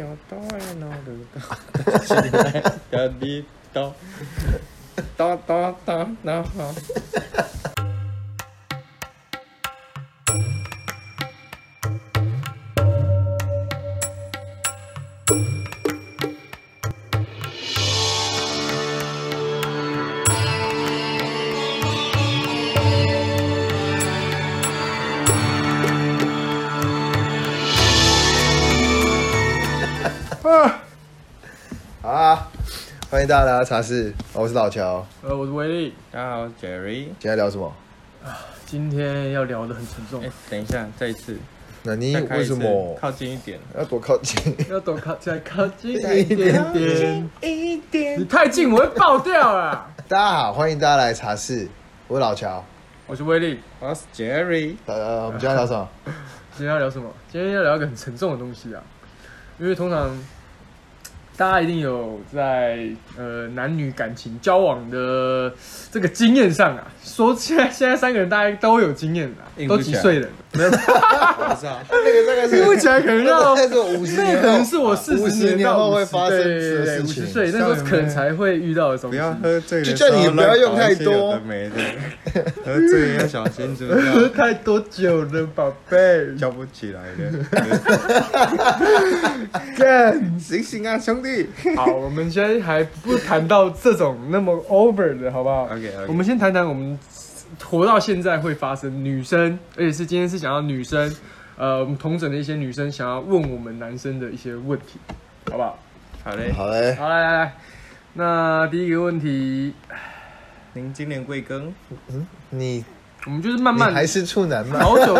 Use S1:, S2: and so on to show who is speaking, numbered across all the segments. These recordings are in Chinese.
S1: 有刀呀，脑的刀，起来的逼刀，刀刀刀，然后。
S2: 好啊，欢迎大家来到茶室，哦我是老乔。
S3: 呃，我是威力，
S1: 大家好，Jerry。
S2: 今天聊什么？
S3: 今天要聊的很沉重
S1: 哎、，等一下，再一次，
S2: 那你
S1: 再开
S2: 为
S1: 一次
S2: 什么
S1: 靠近一点？
S2: 要多靠近？
S3: 要躲靠再靠近一点点，
S1: 一
S3: 你
S1: 点。
S3: 太近我会爆掉啦！
S2: 大家好，欢迎大家来茶室，我是老乔。
S3: 我是威力，
S1: 我是 Jerry。
S2: 呃，我
S3: 啊
S2: 们今天要 聊什么？
S3: 今天要聊什么？今天要聊一个很沉重的东西啊，因为通常大家一定有在呃男女感情交往的这个经验上啊，说现在现在三个人大家都有经验啊
S1: 硬，不
S3: 都
S1: 起
S3: 几
S1: 来
S3: 岁人了？没有，
S1: 我知道，
S2: 那个大概
S3: 听不起来可能要
S2: 那个大概是五十
S3: 那
S2: 年
S3: 可
S2: 后，
S3: 能是我四
S2: 50
S3: 十
S2: 年
S3: 到
S2: 后会
S3: 50
S2: 发生
S3: 对
S2: 的
S3: 对对
S2: 事
S3: 五
S2: 情
S3: 十岁那时候可能才会遇到的东西。
S1: 不要喝醉的时候
S2: 就叫你不要用太多
S1: 乱搞一些有的没的，喝醉要小心，知不知
S3: 喝
S1: 道？
S3: 太多酒了，宝贝。
S1: 叫不起来的。
S3: 干。
S1: 醒醒啊，兄弟！
S3: 好，我们先还不谈到这种那么 over 的，好不好
S1: OK，OK
S3: 我们先谈谈我们活到现在会发生女生，而且是今天是想要女生，呃，我们同整的一些女生想要问我们男生的一些问题，好不好？
S1: 好嘞，
S2: 好嘞，
S3: 好，来来来，那第一个问题，
S1: 您今年贵庚？
S2: 你
S3: 我们就是慢
S2: 你
S3: 慢
S2: 还是处男吗？
S3: 好 久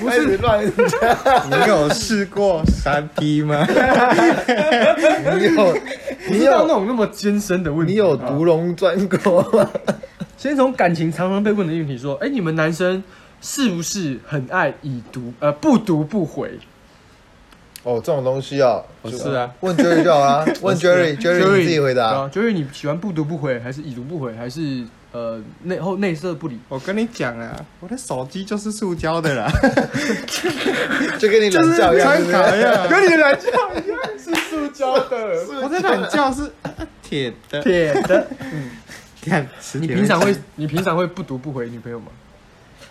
S3: 不
S2: 开始
S3: 是
S2: 乱讲，
S1: 你有试过三 P 吗？
S2: 你有
S3: 不
S2: 你
S3: 到那
S2: 有
S3: 种那么艰深的问题，
S2: 你有
S3: 好不好
S2: 毒龙钻过吗？
S3: 先从感情常常被问的问题说，哎、你们男生是不是很爱已读呃不读不回？
S2: 哦，这种东西啊，
S3: 哦
S1: 我
S2: 就是
S1: 啊，
S2: 问 Jerry 就好 啦，问 Jerry，Jerry 你自己回
S3: 对
S2: 答
S3: 啊。Jerry，你喜欢不读不回，还是已读不回，还是呃内后内射不理？
S1: 我跟你讲啊，我的手机就是塑胶的啦，
S3: 啊
S2: 就跟你
S1: 就是
S2: 冷笑一样，
S1: 参
S2: 是不
S1: 考
S2: 是
S1: 一样。
S3: 跟你来讲一样是塑胶的
S1: 我的懒觉是啊铁的，
S3: 铁的。
S1: 看磁
S3: 你
S1: 铁
S3: 平常会你平常会不读不回女朋友吗？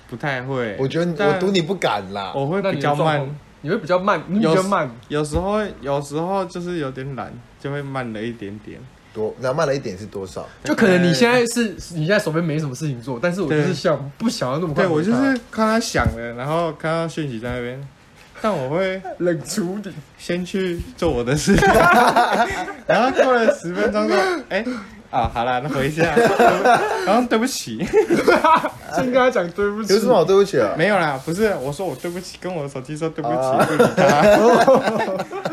S1: 不太会？
S2: 我觉得
S1: 但哦
S2: 我赌你不敢啦。
S1: 我会
S3: 那
S1: 比
S3: 你
S1: 较
S3: 的状
S1: 慢
S3: 况，，你会比较慢，你比
S1: 有
S3: 较
S1: 时
S3: 慢。
S1: 有时候有时候就是有点懒，就会慢了一点点。
S2: 多，那慢了一点是多少？
S3: 就可能你现在是你现在手边没什么事情做，但是我就
S1: 对
S3: 是想不想要那么快
S1: 对
S3: 回
S1: 我
S3: 答？
S1: 就是看他响了，然后看到讯息在那边，但我会
S3: 冷处理。
S1: 先去做我的事， 然后过了十分钟说，哎、啊， 好啦，那回一下，然后对不起，
S3: 先跟他讲啊对不起。
S2: 有什么好对不起啊？
S1: 没有啦，不是，我说我对不起，跟我手机说对不
S2: 啊
S1: 起，不理他。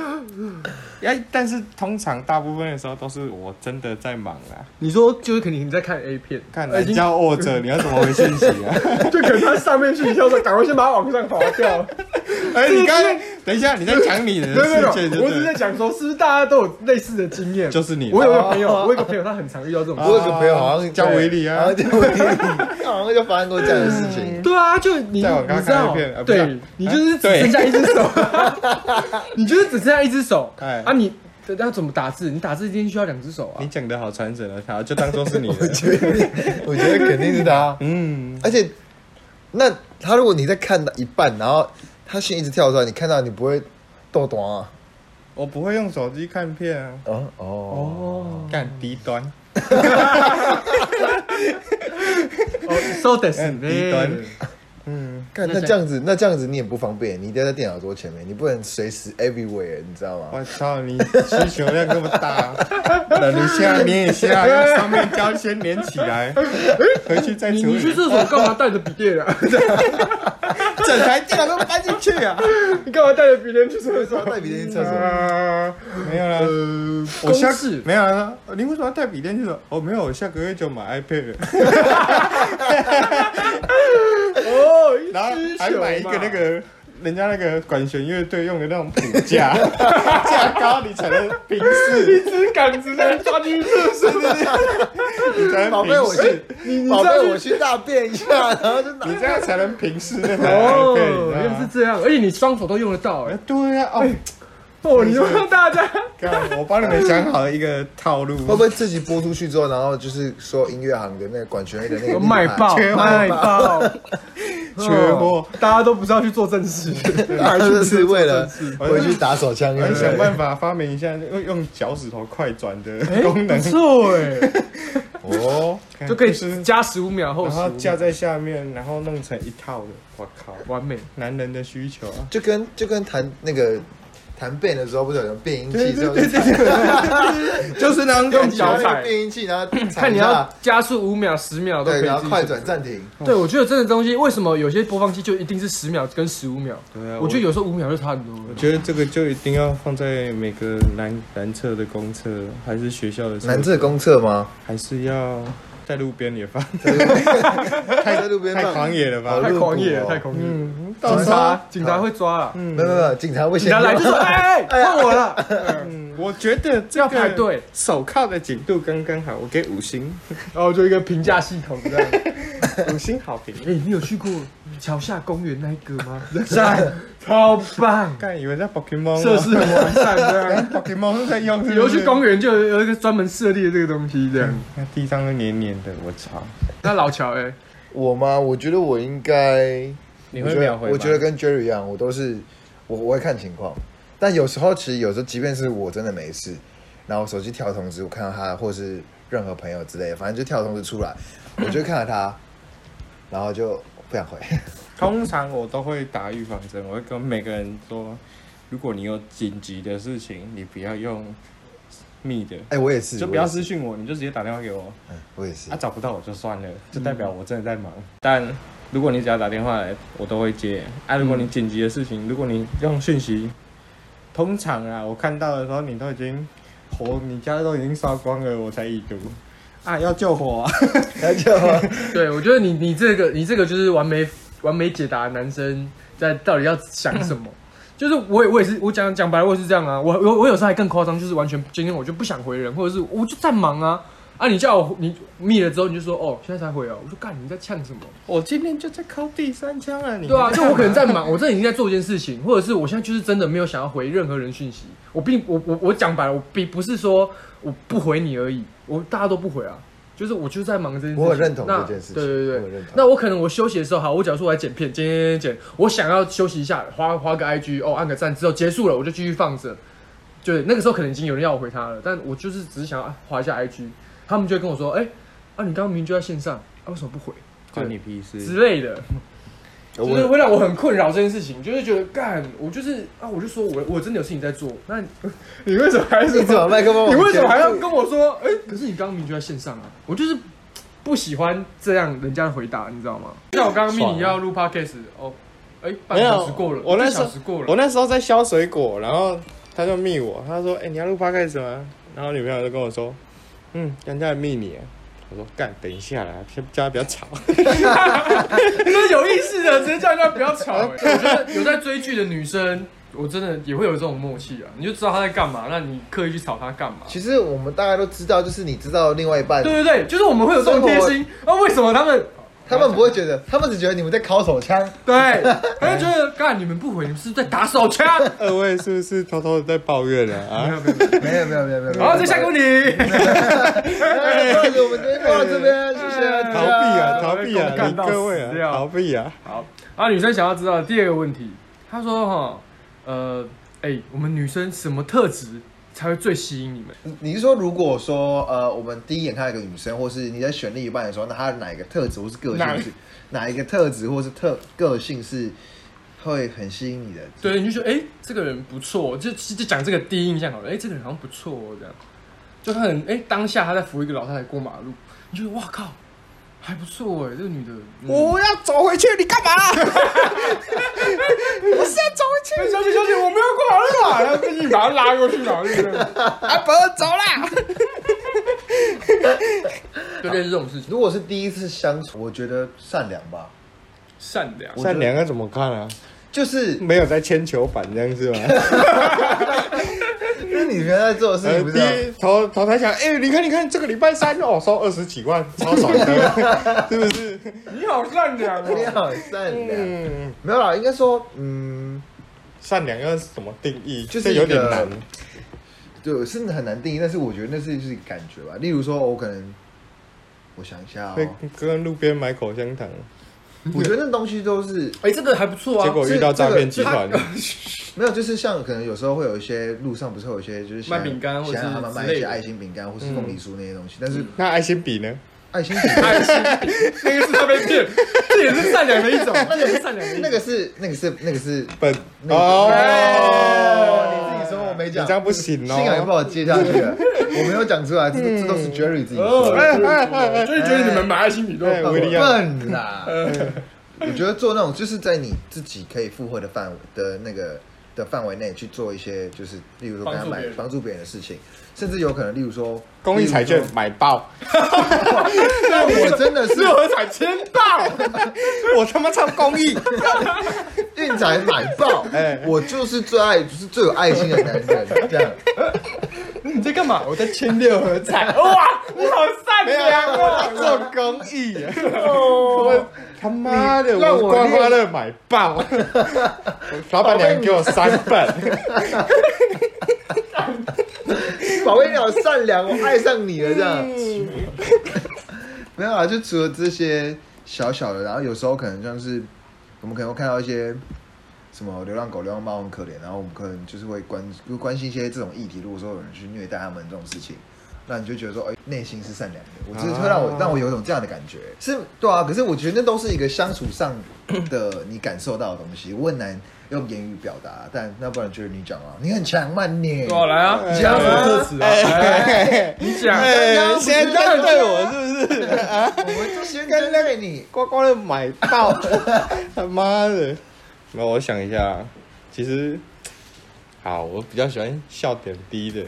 S1: 哎，但是通常大部分的时候都是我真的在忙啦，
S3: 你说就是肯定你在看 A 片，
S1: 看
S3: 哎
S1: 人
S3: 已经
S1: 家握 着，你要怎么回信息啊？
S3: 就可能他上面讯息说赶快先把它往上划掉。
S1: 哎、你刚才等一下，你在讲你的
S3: 没有没有
S1: 事件，
S3: 没有，我只是在讲说是不是大家都有类似的经验？
S1: 就是你，啊
S3: 我有一个朋友，我有一个朋友他很常遇到这种
S2: 我有
S3: 事。
S2: 个朋友好像
S1: 叫
S2: 对
S1: 维里啊
S2: 好像叫维里，好像就发生过这样的事 情。
S3: 对啊，就你你
S1: 在我刚刚
S3: 知道
S1: 看片呃，不是
S3: 对你就是只
S1: 对
S3: 剩下一只手， 你就是只剩下一只手
S1: 哎
S3: 啊！你要怎么打字？你打字一定需要两只手啊
S1: 你！讲的好传神啊，好，就当做是你
S2: 我
S1: 的。
S2: 觉得，我觉得肯定是他。
S1: 嗯，
S2: 而且，那他如果你在看到一半，然后他心一直跳出来，你看到你不会逗短啊？
S1: 我不会用手机看片啊，
S2: 哦哦，
S3: 哦
S1: 干低端，
S3: 哦，so d e s
S1: 很低端
S3: n。
S1: 嗯，
S2: 看那这样子，那这样子你也不方便，你一定要在电脑桌前面，你不能随时 everywhere，你知道吗？
S1: 我操，你需求量那么 大，等一下捏一下，用上面胶先粘起来，回去再
S3: 你
S1: 处
S3: 你去
S1: 理。
S3: 厕所干嘛带着笔电啊？
S1: 整台电脑都搬进去 啊！
S3: 你干嘛带着笔电去厕所？
S2: 带别人去厕所，
S1: 啊，没有啦，我
S3: 呃公
S1: 下
S3: 式
S1: 没有啦。你为什么要带笔电去了？哦，没有，我下个月就买 iPad 了。
S3: 哦，
S1: 然后
S3: 需求
S1: 还买一
S3: 嘛
S1: 个那个人家那个管弦乐队用的那种谱 架，架高你才能平视，
S3: 只杆子在抓进去 厕所。
S1: 你 才能
S2: 宝贝，
S1: 平
S2: 我
S1: 视，
S2: 去，宝贝，我去大便一下，然后就拿
S1: 你这样才能平视那台
S3: 哦，
S1: iPad，
S3: 原来
S1: 你
S3: 是
S1: 知
S3: 这样，而且你双手都用得到
S1: 道
S3: 哎
S1: 吗。对呀，哦，
S3: 哦，你说大家
S1: 干我帮你们想好一个套路，
S2: 会不会自己播出去之后，然后就是说音乐行的那个管弦乐的那 个
S3: 卖
S2: 厉害
S3: 爆
S1: 缺货
S3: 卖爆，
S1: 缺货
S3: 哦大家都不知道去做正事，
S2: 他就是为了
S1: 我
S2: 回去打手枪，
S1: 我想
S2: 对
S1: 办法发明一下用用脚趾头快转的
S3: 哎，
S1: 功
S3: 不
S1: 能
S3: 错哎，
S1: 哦，
S3: 就可以
S1: 是，
S3: 加十五秒后
S1: 然后
S3: 15
S1: 架
S3: 秒，
S1: 在下面，然后弄成一套的。我靠，
S3: 完美。
S1: 男人的需求啊！
S2: 就跟就跟弹那个弹变的时候，不是有人变音器之后，
S1: 就是那种
S3: 用
S1: 感
S2: 你
S1: 觉
S3: 脚
S2: 拿那
S3: 踩
S2: 个变音器，然后踩
S3: 看
S2: 一
S3: 你要
S2: 下，
S3: 加速五秒、十秒都可以
S2: 对，然
S3: 自
S2: 后
S3: 己
S2: 快
S3: 选
S2: 转暂停。
S3: 对，我觉得这个东西为什么有些播放器就一定是十秒跟十五秒？
S1: 对啊
S3: 我觉得有时候五秒就差很多
S1: 我
S3: 了。
S1: 觉得这个就一定要放在每个男男厕的公厕，还是学校的厕
S2: 男厕，公厕吗？
S1: 还是要在路边也放，
S2: 开在路边
S1: 太
S2: 放
S1: 狂野了
S2: 好
S1: 吧？
S3: 太
S2: 论
S3: 狂野
S2: 古
S3: 了，
S2: 哦
S3: 太狂野了。
S1: 嗯，
S3: 警
S1: 到时候
S3: 察警察会抓了，
S2: 没有没有没有，警察会
S3: 警
S2: 先
S3: 察来就说：“哎，哎换我了。嗯
S1: 嗯，我觉得这
S3: 要
S1: 个
S3: 排队，
S1: 手铐的紧度刚刚好，我给五星，”
S3: 然后就一个评价系统这样。
S1: 五星好评。
S3: 哎，你有去过桥下公园那一个吗？赞， 超棒，
S1: 干以为在 Pokemon 啊
S3: 设施很完善这样。
S1: Pokemon 在用是不是，
S3: 有去公园就有一个专门设立的这个东西这样。
S1: 那地上都黏黏的，我操！
S3: 那老乔哎，
S2: 我吗？我觉得我应该，
S1: 你
S2: 我觉得我觉得跟 Jerry 一样，我都是我我会看情况，但有时候其实有时候即便是我真的没事，然后手机跳通知，我看到他或是任何朋友之类的，反正就跳通知出来，我就看到他，然后就不想回。
S1: 通常我都会打预防针，我会跟每个人说，如果你有紧急的事情，你不要用密的，
S2: 哎、我也是，
S1: 就不要
S2: 我也是
S1: 私讯我，你就直接打电话给我。
S2: 嗯我也是
S1: 啊，。找不到我就算了，就代
S3: 嗯
S1: 表我真的在忙。但如果你只要打电话来，我都会接。啊，如果
S3: 嗯
S1: 你紧急的事情，如果你用讯息，通常啊，我看到的时候你都已经火，你家都已经烧光了，我才已读。啊，要救火啊！
S2: 那就
S3: 对，我觉得你你这个你这个就是完美完美解答男生在到底要想什么。就是我也我也是我讲讲白了我也是这样啊，我我我有时候还更夸张，就是完全今天我就不想回人，或者是我就在忙啊啊，你叫我你密了之后你就说哦现在才回哦，我说干你在呛什么？
S1: 我今天就在敲第三枪啊！你
S3: 对啊，就我可能在忙，我真的已经在做一件事情，或者是我现在就是真的没有想要回任何人讯息。我并我我我讲白了，我并不是说我不回你而已，我大家都不回啊，就是我就是在忙这件事情。
S2: 我很认同
S3: 那
S2: 这件事情
S3: 对对对
S2: 我很认同
S3: 那我可能我休息的时候，好，我假如说我来剪片，剪剪剪剪，我想要休息一下，划划个 IG，哦，按个赞之后结束了，我就继续放着。对，那个时候可能已经有人要我回他了，但我就是只是想要啊划一下 IG，他们就会跟我说，哎、啊你刚刚明明就在线上，啊为什么不回
S1: 关你屁事！
S3: 之类的。就是
S2: 我
S3: 会让我很困扰这件事情，就是觉得干，我就是啊，我就说我我真的有事情在做，那你你为什么还是
S2: 你怎么麦克风往
S3: 你
S2: 前？
S3: 为什么还要跟我说？哎、可是你刚刚明明就在线上啊，我就是不喜欢这样人家的回答，你知道吗？像我刚刚命你要录 podcast 哦，哎、半
S1: 没
S3: 小
S1: 有
S3: 时过了，
S1: 我那
S3: 一
S1: 时候
S3: 小时过
S1: 我
S3: 了，
S1: 那时候在削水果，然后他就密我，他说：“哎、你要录 podcast 吗？”然后女朋友就跟我说：“嗯，人家也密你。”我说：“干，等一下啦，先叫他不要吵。
S3: 就是有意识的直接叫人家不要吵、哎我觉得有在追剧的女生，我真的也会有这种默契啊，你就知道她在干嘛，那你刻意去吵她干嘛？
S2: 其实我们大家都知道，就是你知道另外一半，
S3: 对对对，就是我们会有这种贴心，那、为什么他们？
S2: 他们不会觉得，他们只觉得你们在烤手枪。
S3: 对，他就觉得，干你们不回，你们是不是在打手枪？
S1: 二位是不是偷偷的在抱怨了 啊？
S2: 没有没有没有没有。
S3: 然后再下个问题，
S2: 哎不好意思我们今天放到这边，谢谢大家
S1: 逃避啊，逃避
S3: 被公
S1: 啊，
S3: 干
S1: 你
S3: 到
S1: 各位
S3: 死掉
S1: 啊，逃避啊！
S3: 好， 啊，女生想要知道的第二个问题，她说哈，呃，哎、我们女生什么特质才会最吸引你们？
S2: 你是说，如果说呃，我们第一眼看到一个女生，或是你在选另一半的时候，那她的哪一个特质或是个性是哪一个特质或是特个性是会很吸引你的？
S3: 对，你就说，哎、这个人不错，就就讲这个第一印象好了，哎、这个人好像不错、哦，这样，就她很，哎、当下她在扶一个老太太过马路，你就觉得，哇靠，还不错哎、这个女的，嗯
S1: 我要走回去，你干嘛？
S3: 哎小姐小姐，我没有过马路啊，然后自己 把她拉过去嘛，对不对？
S1: 阿伯啊走啦！
S3: 就类似这种事情，
S2: 如果是第一次相处，我觉得善良吧，
S3: 善良。
S1: 善良要怎么看啊？
S2: 就是
S1: 没有在铅球板这样 是吗？
S2: 那你原来做的事
S1: 呃，
S2: 情不是啊
S1: 第一头头才想，哎、你看你看，这个礼拜三哦，收二十几万，超爽的，是不是？
S3: 你好善良
S2: 你
S3: 哦！
S2: 好善良，
S1: 嗯，
S2: 没有啦，应该说，嗯，
S1: 善良要怎么定义？
S2: 就
S1: 这
S2: 是
S1: 有
S2: 一
S1: 点
S2: 个哦
S1: 难。
S2: 对，是很难定义，但是我觉得那是就是感觉吧。例如说，我可能我想一下
S1: 会
S2: 哦，
S1: 跟路边买口香糖，
S2: 我觉得那东西都是
S3: 哎、这个还不
S2: 哦
S3: 错啊。
S1: 结果遇到诈骗集团
S3: 这，
S2: 没有，就是像可能有时候会有一些路上不是会有一些就是
S3: 卖饼干或者是
S2: 想让他们卖
S3: 之类
S2: 一些
S3: 的嗯
S2: 爱心饼干或是凤梨酥那些东西，但是
S1: 那爱心笔呢？
S2: 爱心饼干
S3: 哎那个是诈骗骗，这也是善良的一种， 那个是善良的一种。
S2: 那个是那个是那个是
S1: 本
S2: 那个哎
S1: 哦，
S2: 你自己说我没
S1: 你
S2: 讲，
S1: 这样不行
S2: 幸好你帮
S1: 哦。嗯
S2: 我接下去了，我没有讲出来，这这都是 Jerry 自己说的。
S3: 哦，就是觉得你们买爱心笔都
S1: 哎
S3: 棒
S1: 我
S2: 很笨啦！
S1: 嗯
S2: 我觉得做那种就是在你自己可以负荷的范围的那个的范围内去做一些，就是例如说跟他
S3: 帮助别
S2: 买
S3: 人
S2: 帮助别人的事情，甚至有可能例如说
S1: 公益彩券买爆，
S2: 但我 真的是
S3: 六合彩签到，
S1: 我他妈超公 益，
S2: 运彩买爆，
S1: 哎
S2: 我就是最爱就是最有爱心的男人，这样
S3: 嗯你在干嘛？
S1: 我在签六合彩，
S3: 哇，你好善
S1: 没有
S3: 良
S1: 哎我
S3: 哦！
S1: 在做公益啊。
S3: 哦
S1: 我他妈的，
S2: 你让我
S1: 我刮刮乐买 爆，老板娘给我三本，
S2: 宝贝你好善良，我爱上你了这样。嗯 没有啊，就除了这些小小的，然后有时候可能像是我们可能会看到一些什么流浪狗、流浪猫很可怜，然后我们可能就是会关会关心一些这种议题。如果说有人去虐待他们这种事情，那你就觉得说，哎、内心是善良的。我就是会让我、
S1: 啊
S2: 让我有一种这样的感觉，是对啊。可是我觉得那都是一个相处上的你感受到的东西，我很难用言语表达。但那不然就是你讲啊，你很强嘛你。
S3: 对啊，来啊，
S2: 哎
S3: 你讲什么特质啊？来 你讲，
S1: 哎，现在这样对我是不是？
S2: 我们就先针对你。
S1: 刮刮乐买 爆，他妈的！那我想一下，啊其实好，我比较喜欢笑点低的，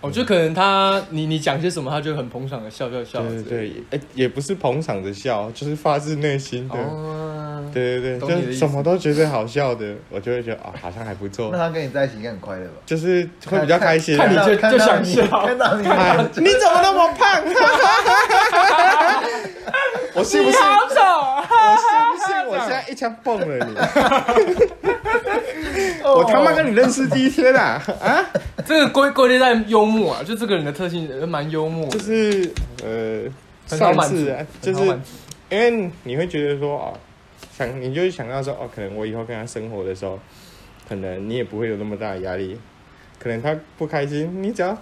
S3: 我觉得可能他，你你讲些什么，他就很捧场的笑笑笑。
S1: 对对对，哎、也不是捧场的笑，就是发自内心的，
S3: 哦，
S1: 对对
S3: 懂
S1: 对，
S3: 你的
S1: 就
S3: 意思
S1: 什么都觉得好笑的，我就会觉得啊、好像还不错
S2: 那，他跟你在一起应该很快乐吧？
S1: 就是会比较开心、
S3: 看你
S1: 啊。
S3: 就
S2: 看
S3: 就
S2: 到
S3: 想
S2: 你
S3: 笑
S2: 看到你，
S1: 哎你怎么那么 胖？我信不信？我
S3: 丑啊！
S1: 信不信？我现在一枪崩了你！
S2: 哎
S1: 我他妈跟你认识第一天啊！啊！
S3: 这个归归类在幽默啊，就这个人的特性呃蛮幽默
S1: 就，
S3: 的
S1: 是呃，
S3: 很好
S1: 上
S3: 满
S1: 次
S3: 足
S1: 啊，就是
S3: 很好满足
S1: 因为你会觉得说啊、哦，想你就会想到说哦，可能我以后跟他生活的时候，可能你也不会有那么大的压力，可能他不开心，你只要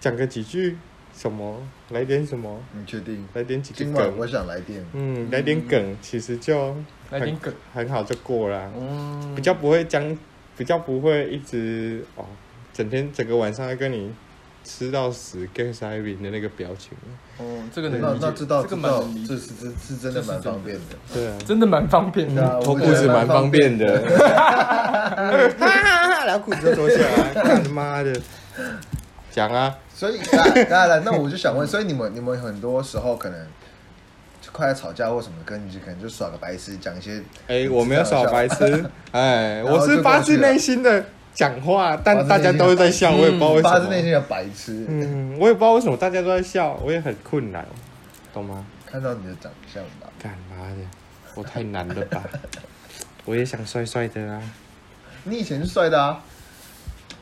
S1: 讲个几句什么，来点什么，
S2: 你确定？
S1: 来点几
S2: 今
S1: 个
S2: 晚我
S1: 梗，
S2: 想来电。
S1: 嗯，来点梗，其实就
S3: 来点梗，
S1: 很好就过啦，
S3: 嗯，
S1: 比较不会将，比较不会一直哦，整天整个晚上在跟你吃到死 get s i v i n 的那个表情。
S3: 哦，这个
S2: 那
S3: 能理
S2: 那
S3: 解，
S2: 知道
S3: 这
S2: 知
S3: 个蛮
S2: 道
S3: 能理，解，
S2: 这是这是真的蛮方便的。
S1: 对啊，
S3: 真的蛮方便
S2: 对
S3: 的。
S2: 啊
S1: 脱
S2: 我
S1: 裤
S2: 觉得
S1: 子蛮方便的， 然后裤子就脱下来，干他妈的，讲啊，
S2: 所以 当然当然，那我就想问，所以你们你们很多时候可能就快要吵架或什么，跟你可能就耍个白痴，讲一些
S1: 哎，我没有耍白痴，哎，
S2: 然后
S1: 我
S2: 就是
S1: 发自内心的讲话，
S2: 发
S1: 但
S2: 自内
S1: 大
S2: 心嗯
S1: 家都在笑，我也不知道为
S2: 发自
S1: 什么，
S2: 内心的白痴。
S1: 嗯，我也不知道为什么大家都在笑，我也很困难，懂吗？
S2: 看到你的长相吧，
S1: 干妈的，我太难了 吧？我也想帅帅的啊，
S2: 你以前是帅的啊。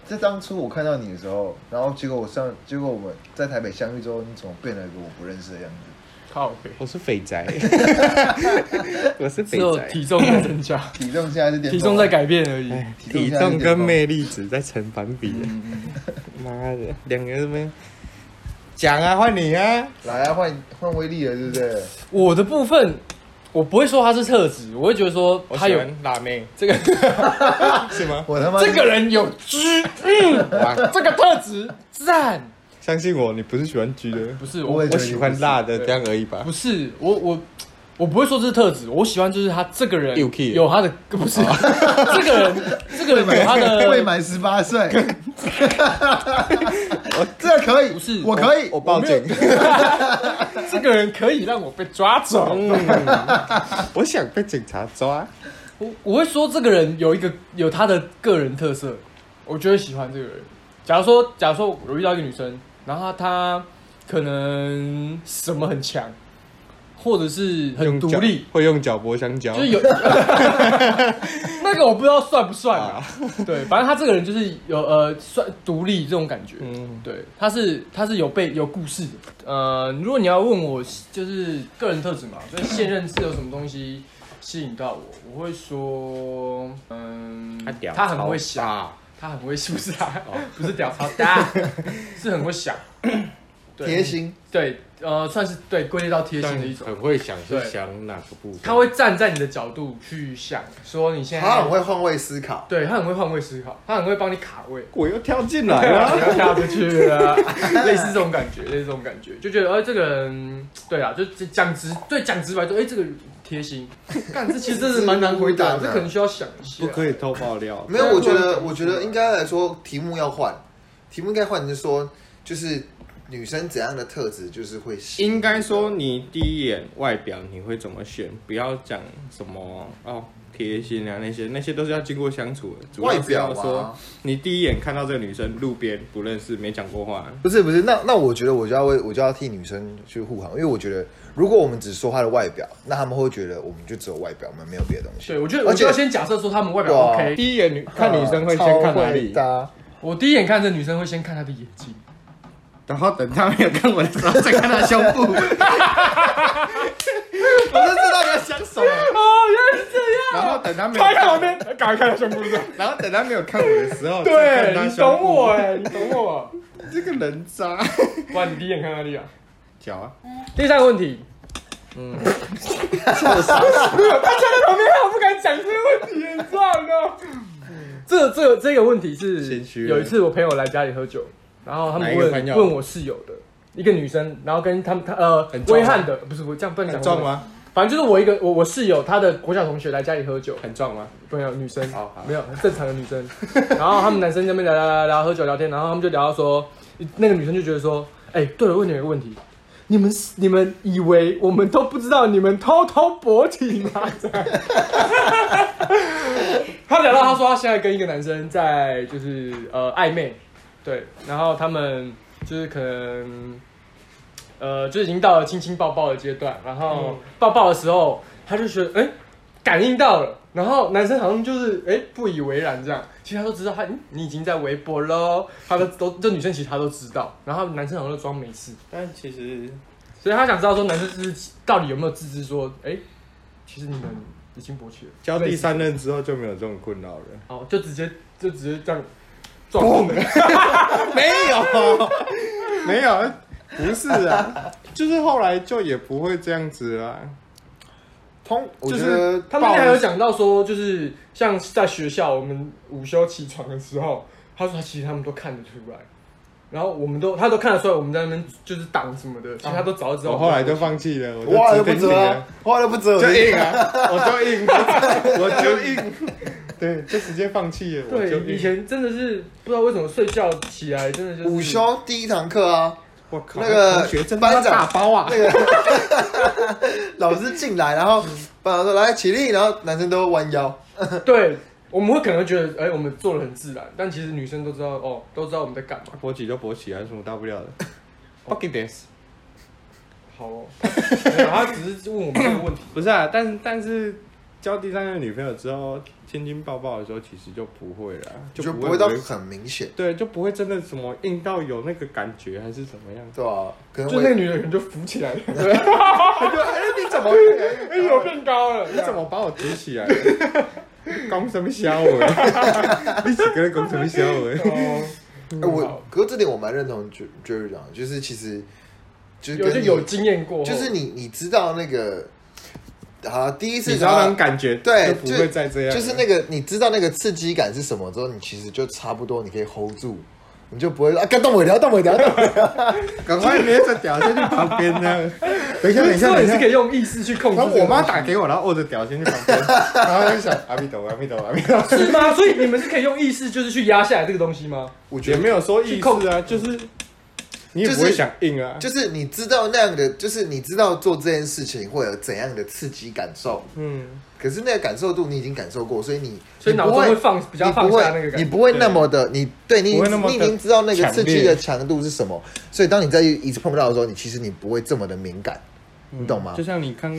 S2: 在当初我看到你的时候，然后结果我上，结果我们在台北相遇之后，你怎么变了一个我不认识的样子？
S3: 靠北，
S1: 我是肥 宅，我是
S3: 只
S1: 肥
S3: 有
S1: 宅，
S3: 体重在增 加，
S2: 体重现在是巅峰啊
S3: 体重在改变而已。
S1: 哎，
S2: 体
S1: 体
S2: 重
S1: 重跟魅力值在成反比。
S3: 嗯
S1: 妈的，两个什么？讲啊，换你啊！
S2: 来啊，换换威力了，对不对？
S3: 我的部分，我不会说他是特质，我会觉得说他有
S1: 辣妹，
S3: 这 个
S1: 是吗？
S2: 我他妈
S3: 这个人有 知，嗯，
S1: 哇，
S3: 这个特质赞。
S1: 相信我，你不是喜欢橘的，
S3: 不是
S2: 我
S3: 我
S2: 也，
S1: 我喜欢辣的，这样而已吧
S3: 不。是我我。我不会说这是特质，我喜欢就是他这个人
S1: 又 key 了
S3: 有他的不是
S2: 哦
S3: 这个人，这个人有他
S2: 未
S3: 的
S2: 满十 八岁，这可以，
S3: 不是
S2: 我可以
S1: 我，报警。
S3: 这个人可以让我被抓走。
S1: 我想被警察抓。
S3: 我我会说这个人有一个有他的个人特色，我就会喜欢这个人。假如说，假如说我遇到一个女生，然后她她可能什么很强，或者是很
S1: 用
S3: 独
S1: 脚
S3: 立，
S1: 会用脚剥香蕉
S3: 就，是有 那个我不知道算不算啊。对，反正他这个人就是有呃算独立这种感觉。
S1: 嗯，
S3: 对，他是他是有被有故事的。呃，如果你要问我就是个人特质嘛，所以现任是有什么东西吸引到我，我会说，嗯，
S1: 他屌
S3: 他很
S1: 超
S3: 会想，
S1: 大哦
S3: 他很会，是 不是啊？不是屌超大， 是很 会想，对
S2: 贴，心，
S3: 对，呃，算是对归类到贴心的一种。
S1: 很会想
S3: 对
S1: 是想哪个部分，
S3: 他会站在你的角度去想，说你现在
S2: 他很会换位思考。
S3: 对他很会换位思考，他很会帮你卡位，
S1: 我又跳进来
S3: 对
S1: 了，
S3: 啊，跳不去了，类似这种感觉，类似这种感觉，就觉得哎、这个人对啊，就就讲直对讲直白说，哎、这个人贴心，干这其实真的蛮难回答，
S2: 这
S3: 这
S2: 是
S3: 可能需要想一下，
S1: 不可以偷爆料，
S2: 没有，我觉
S3: 对
S2: 得，
S3: 我
S2: 我觉得应该来说，题目要换，题目应该换，你就说，就是女生怎样的特质就是会吸引
S1: 应该说，你第一眼外表你会怎么选？不要讲什么哦贴心啊那些，那些都是要经过相处的。主要
S2: 外
S1: 是
S3: 啊
S1: 要
S2: 表
S1: 说
S2: 吗？
S1: 你第一眼看到这个女生，路边不认识，没讲过话，
S2: 不是不是，那那我觉得我就要为我就要替女生去护航，因为我觉得如果我们只说她的外表，那他们会觉得我们就只有外表，我们没有别的东西。
S3: 对，我觉得我
S2: 而且
S3: 就要先假设说他们外表
S2: 哇
S3: OK，
S1: 第一眼女看女生会先看哪里
S3: 哦
S2: 超会？搭
S3: 我第一眼看这女生会先看她的眼睛，
S1: 然后等她没有看我的时候，再看她胸 部。我就知道你要想什么。
S3: 哦，原来是这样，
S1: 然后等她没有
S3: 他看旁边，赶快看她胸部是吧？
S1: 然后等她没有看我的时候，再看
S3: 对，
S1: 她
S3: 你
S1: 胸
S3: 懂
S1: 部
S3: 我哎，你懂我，
S1: 这个人 渣。
S3: 不然你第一眼看哪里啊？
S1: 脚啊，
S3: 第三个问题，嗯，大家在旁边，我不敢讲这个问题，你知道吗？ 这这个这个问题是
S1: 谦虚了
S3: 有一次我朋友来家里喝酒，然后他们
S1: 哪一个
S3: 问
S1: 朋友
S3: 问我室友的一个女生，然后跟他们他呃
S1: 很壮
S3: 威
S1: 吗
S3: 汉的不是我这样不能
S1: 很
S3: 讲
S1: 啊壮？吗？
S3: 反正就是我一个我我室友她的国小同学来家里喝酒，
S1: 很壮吗？
S3: 朋友女生
S1: 好好
S3: 没有很正常的女生，然后他们男生在那边聊聊聊聊喝酒聊天，然后他们就聊到说，那个女生就觉得说，哎、对了，问你们一个问题，你们你们以为我们都不知道你们偷偷勃起 吗？这样他聊到他说他现在跟一个男生在就是呃暧昧，对，然后他们就是可能。呃，就已经到了亲亲抱抱的阶段，然后抱抱的时候，他就觉得，哎、感应到了，然后男生好像就是哎不以为然这样，其实他都知道他嗯你已经在微博喽，他都都这女生其实他都知道，然后男生好像就装没事，
S1: 但其实
S3: 所以他想知道说男生是不是到底有没有自知说哎，其实你们已经勃起了，
S1: 交第三任之后就没有这种困扰了。
S3: 哦就直接就直接这样 撞，
S1: 没有， 没有，不是啊，就是后来就也不会这样子啦。
S2: 通，我
S1: 就
S2: 觉
S1: 是
S2: 得
S3: 他们还有讲到说就是像在学校我们午休起床的时候，他说他其实他们都看得出来。然后我们都，他都看得出来我们在那边就是挡什么的，其实他都早就知道
S1: 我
S3: 们在勃起。
S1: 后来就放弃了，我
S2: 我后来
S1: 就
S2: 就不
S1: 只听你
S2: 折啊
S1: 的，，
S2: 我后来就不折，
S1: 就硬啊，我就硬，啊 我就硬，对，就直接放弃了，我就
S3: 对，以
S1: 硬。
S3: 前真的是不知道为什么睡觉起来真的就是
S2: 午休第一堂课啊，
S1: 我靠，
S2: 那个
S1: 同学真他妈
S2: 班长
S1: 大包啊
S2: 那，个老师进来，然后班长说来起立，然后男生都弯腰，
S3: 对，我们会可能会觉得哎、我们做的很自然，但其实女生都知道哦，都知道我们在干嘛。
S1: 勃起就勃起啊，有什么大不了的 f u c k i n this。
S3: 好 哦，没有他只是问我们这个问题，
S1: 不是啊，但但是交第三个女朋友之后，亲亲抱抱的时候，其实就不会了，
S2: 就
S1: 不
S2: 不会到
S1: 违
S2: 很明显，。
S1: 对，就不会真的什么硬到有那个感觉还是怎么样
S2: 对吧？可能
S3: 就那个
S2: 我
S3: 女的可能就浮起 来了，
S1: 他就哎、你怎么会？
S3: 哎、我变 高了，
S1: 你怎么把我举起来 了？拱什么小 尾？你几个人拱什么小尾？
S2: 啊
S3: 哦？
S2: 哎我，可是这点我蛮认同 Jer- Jerry 讲的，就是其实就是
S3: 有
S2: 跟
S3: 就
S2: 你
S3: 有经验过，哦
S2: 就是你你知道那个，好第一次
S1: 你知道那种感觉，
S2: 对
S1: 就不会再这样了。
S2: 就是那个你知道那个刺激感是什么之后，你其实就差不多你可以 hold 住，你就不会啊，该动尾条，动尾条，动尾条。
S1: 赶快捏着屌先去旁边 呢。等一下，
S3: 就
S1: 等一
S3: 是
S1: 下，
S3: 说
S1: 等一
S3: 你是
S1: 下
S3: 可。以用意识去控制
S1: 然
S3: 这个
S1: 后
S3: 东西。
S1: 我妈打给我，然后握着屌先去旁边，然后就想阿弥陀佛，阿弥陀佛，阿弥陀佛。
S3: 是吗？所以你们是可以用意识就是去压下来这个东西吗？
S2: 我觉
S1: 也
S2: 得
S1: 没有说意识啊，就是你也不会想硬啊，
S2: 就是你知道那样的，就是你知道做这件事情会有怎样的刺激感受，
S1: 嗯，
S2: 可是那个感受度你已经感受过，所以你
S3: 所以脑中
S2: 你不
S3: 会
S2: 会
S3: 放比较
S2: 你
S3: 放
S2: 不
S3: 下那个
S2: 会，
S3: 感
S2: 你
S3: 觉。
S2: 不会那么的，你对你已
S1: 不会那么
S2: 你
S1: 的
S2: 已经知道那个
S1: 强烈
S2: 刺激的强度是什么，所以当你在一直碰到的时候，你其实你不会这么的敏感，你懂吗
S1: 就？像你看，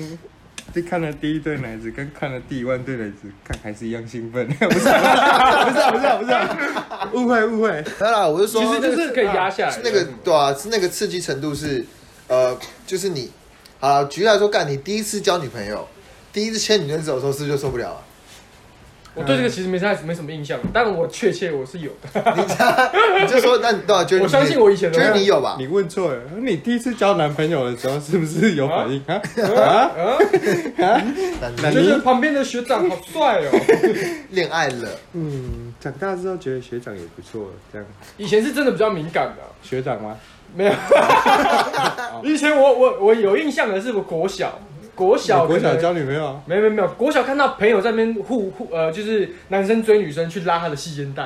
S1: 就看了第一对奶子，跟看了第一万对奶子，看还是一样兴奋。 不是啊，不是啊，不是啊，不是啊，误会误会。
S2: 当然啦，我是说，
S3: 其实就是可以压下来的
S2: 是那个对啊，是那个刺激程度是，呃，就是你，好啦举例来说，干你第一次交女朋友，第一次牵女生手的时候，是不是就受不了了？
S3: 我对这个其实没啥没什么印象，但我确切我是有的。
S2: 你就说，那你对啊，觉得
S3: 我相信我以前的
S2: 觉得你有吧？
S1: 你问错了，啊你第一次交男朋友的时候是不是有反应啊？啊
S3: 啊，
S1: 啊！
S2: 那
S1: 那
S2: 你
S3: 就是旁边的学长好帅哦。
S2: 恋爱了，
S1: 嗯，长大之后觉得学长也不错，这样
S3: 以前是真的比较敏感的啊、
S1: 学长吗？
S3: 没有。 以前我我我有印象的是我国小，国小
S1: 你国
S3: 可
S1: 小
S3: 能
S1: 交女朋友，
S3: 没有没有没有，国小看到朋友在那边互互呃，就是男生追女生去拉他的细肩带，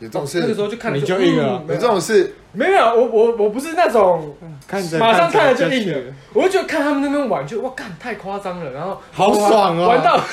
S2: 有这种事，
S3: 那个时
S2: 有
S3: 候就看
S1: 你就硬了
S3: 嗯
S2: 这种事，
S3: 没有没有，我我我不是那种
S1: 看着
S3: 马上看了就
S1: 着
S3: 硬了，我就觉得看他们那边玩，就哇干太夸张了，然后
S1: 好爽哦
S3: 玩到啊